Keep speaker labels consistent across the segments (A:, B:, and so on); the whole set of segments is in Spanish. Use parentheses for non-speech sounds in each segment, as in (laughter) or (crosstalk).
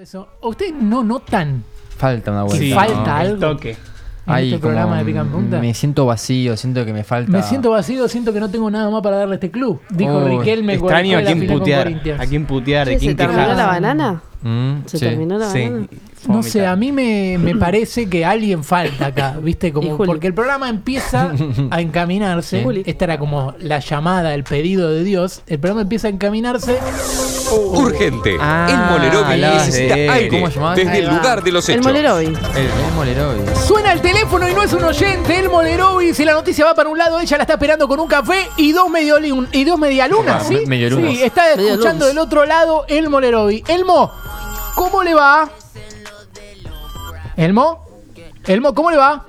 A: eso. ¿Ustedes no notan
B: Falta una vuelta.
A: Sí.
B: ¿no?
A: Falta
B: Hay
A: algo.
C: Toque.
A: en este
B: como
A: programa de Pica en
B: un-
A: Punta?
B: Me siento vacío, siento que me falta.
A: Me siento vacío, siento que no tengo nada más para darle a este club. Dijo
B: Oh,
A: Riquelme cuando
C: Extraño
A: fue
C: a
A: la
C: quién
A: final con
C: putear.
A: Corinthians.
C: A quién putear, de
D: Che, ¿Se
C: quién
D: terminó
C: quejar.
D: la banana?
B: Mm,
D: ¿Se
B: sí.
D: terminó la
C: Sí,
D: banana?
A: No
C: fomita.
A: sé, a mí me,
C: (clears throat)
A: me parece que alguien falta acá, ¿viste?
D: Y
A: Como,
D: Juli.
A: porque el programa empieza a encaminarse.
D: Juli.
A: Esta era como la llamada, el pedido de Dios. El programa empieza a encaminarse.
E: Urgente.
B: Ah,
E: el Molerovi
B: hablabas
E: necesita
B: de él.
E: aire
B: ¿Cómo se llamaba?
E: desde
D: Ahí
E: el
D: va.
E: lugar de los
D: El
E: hechos.
D: Molerovi.
B: El, el Molerovi.
A: Suena el teléfono y no es un oyente, el Molerovi. Si la noticia va para un lado, ella la está esperando con un café y dos mediolun- y dos medialunas,
B: Ah,
A: ¿sí?
B: me- medialunas.
A: Sí, está
D: Medialunas.
A: escuchando del otro lado el Molerovi. Elmo, ¿cómo le va? Elmo, Elmo, ¿cómo le va?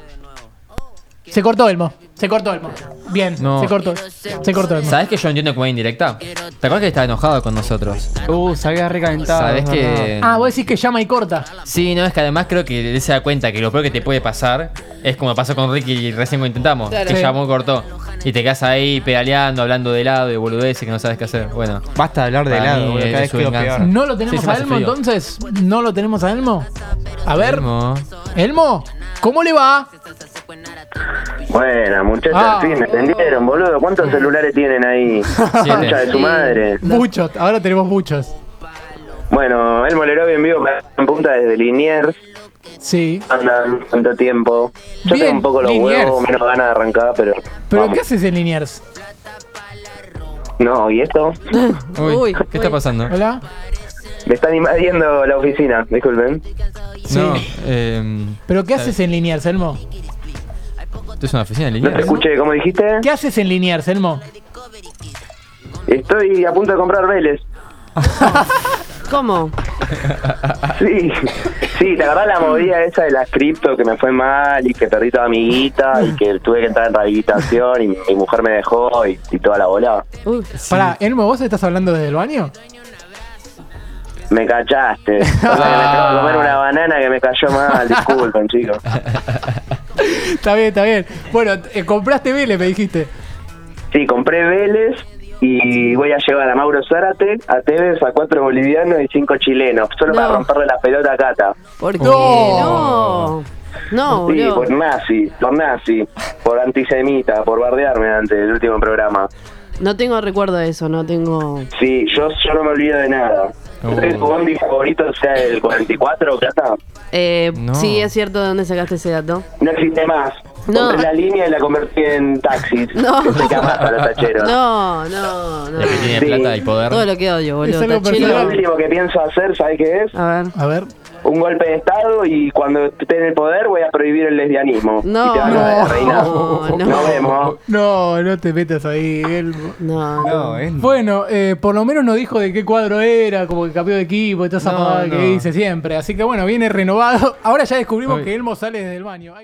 A: Se cortó Elmo, se cortó Elmo. Bien,
B: No.
A: se cortó, se cortó Elmo.
B: ¿Sabes que yo entiendo como indirecta? ¿Te acuerdas que estaba enojado con nosotros?
C: Uh, se había recalentado.
B: ¿Sabes
C: es
B: que.?
C: verdad.
A: Ah, vos decís que llama y corta.
B: Sí, no, es que además creo que él se da cuenta que lo peor que te puede pasar es como pasó con Ricky y recién lo intentamos,
D: Claro.
B: que
A: Sí.
B: llamó cortó. Y te quedas ahí pedaleando, hablando de lado, de boludeces que no sabes qué hacer. Bueno,
C: Basta de hablar de
B: Para mí
C: helado,
B: es
C: boludo, cada vez
B: su
C: quedo
B: venganza.
C: peor.
A: ¿No lo
B: Sí,
A: tenemos
B: se me
A: a
B: hace
A: Elmo
B: frío.
A: entonces? ¿No lo tenemos a Elmo? A ver,
B: Elmo.
A: Elmo, ¿cómo le va?
F: Bueno, muchachos,
A: Ah.
F: al fin me entendieron, boludo. ¿Cuántos celulares tienen
A: (laughs)
F: ahí? Concha de su madre.
A: Buchos, ahora tenemos buchos.
F: Bueno, el Molerovi en vivo en punta desde Liniers.
A: Sí.
F: Andan tanto tiempo. Yo
A: Bien,
F: tengo un poco los
A: Liniers.
F: huevos, menos ganas de arrancar, pero.
A: ¿Pero
F: vamos.
A: qué haces en Liniers?
F: No, ¿y esto?
B: Uy,
D: Uy,
B: ¿qué está
D: uy.
B: pasando?
A: ¿Hola?
F: Me están invadiendo la oficina, disculpen.
A: Sí.
B: No, eh,
A: ¿Pero qué haces en Liniers, Elmo?
B: ¿esto es una oficina en
F: No te
B: línea?
F: escuché, ¿cómo dijiste?
A: ¿Qué haces en Liniers, Elmo?
F: Estoy a punto de comprar Vélez.
D: ¿Cómo?
F: Sí, (laughs) sí, la verdad la movida esa de las cripto que me fue mal y que perdí toda mi guita y que tuve que entrar en rehabilitación y mi mujer me dejó y, y toda la bola.
D: Uy,
A: Pará, Elmo, ¿vos estás hablando desde el (laughs) baño?
F: Me cachaste. O sea, que me
D: Ah.
F: acabo de comer una banana que me cayó mal, disculpen, chicos.
A: está bien, está bien. Bueno, t- eh, compraste Vélez, me dijiste.
F: Sí, compré Vélez y voy a llevar a Mauro Zárate a Tevez a cuatro bolivianos y cinco chilenos, solo
D: No.
F: para romperle la pelota a Cata.
D: ¿por qué?
A: No.
C: Oh.
D: No. No,
F: Sí,
D: boludo.
F: por nazi, por nazi, por antisemita, por bardearme antes del último programa.
D: No tengo recuerdo de eso, no tengo.
F: Sí, yo, yo no me olvido de nada. ¿Ustedes tu bondi favorito sea el 44 Cata?
D: Eh,
B: No.
D: Sí, es cierto de dónde sacaste ese dato.
F: No existe más.
D: No.
F: Compré la línea y la convertí en taxis.
D: No.
F: Que se llama a los tacheros.
D: No, no, no.
B: La que tiene
F: Sí.
B: plata y poder.
D: Todo lo que odio,
A: Es algo
D: boludo.
F: Y lo
A: personal.
D: Tachelo.
F: último que pienso hacer, ¿sabes qué es?
D: A ver.
A: A ver.
F: Un golpe de Estado y cuando esté en el poder voy a prohibir el lesbianismo.
D: No.
F: Y te van a
A: No.
F: reinar.
D: No, no.
F: Nos vemos.
A: No, no te metas ahí, Elmo.
D: No,
C: No, es.
A: Bueno, eh, por lo menos nos dijo de qué cuadro era, como que cambió de equipo y toda esa
B: No,
A: pavada que
B: no.
A: dice siempre. Así que bueno, viene renovado. Ahora ya descubrimos
B: Ay.
A: que Elmo sale desde el baño. Ay.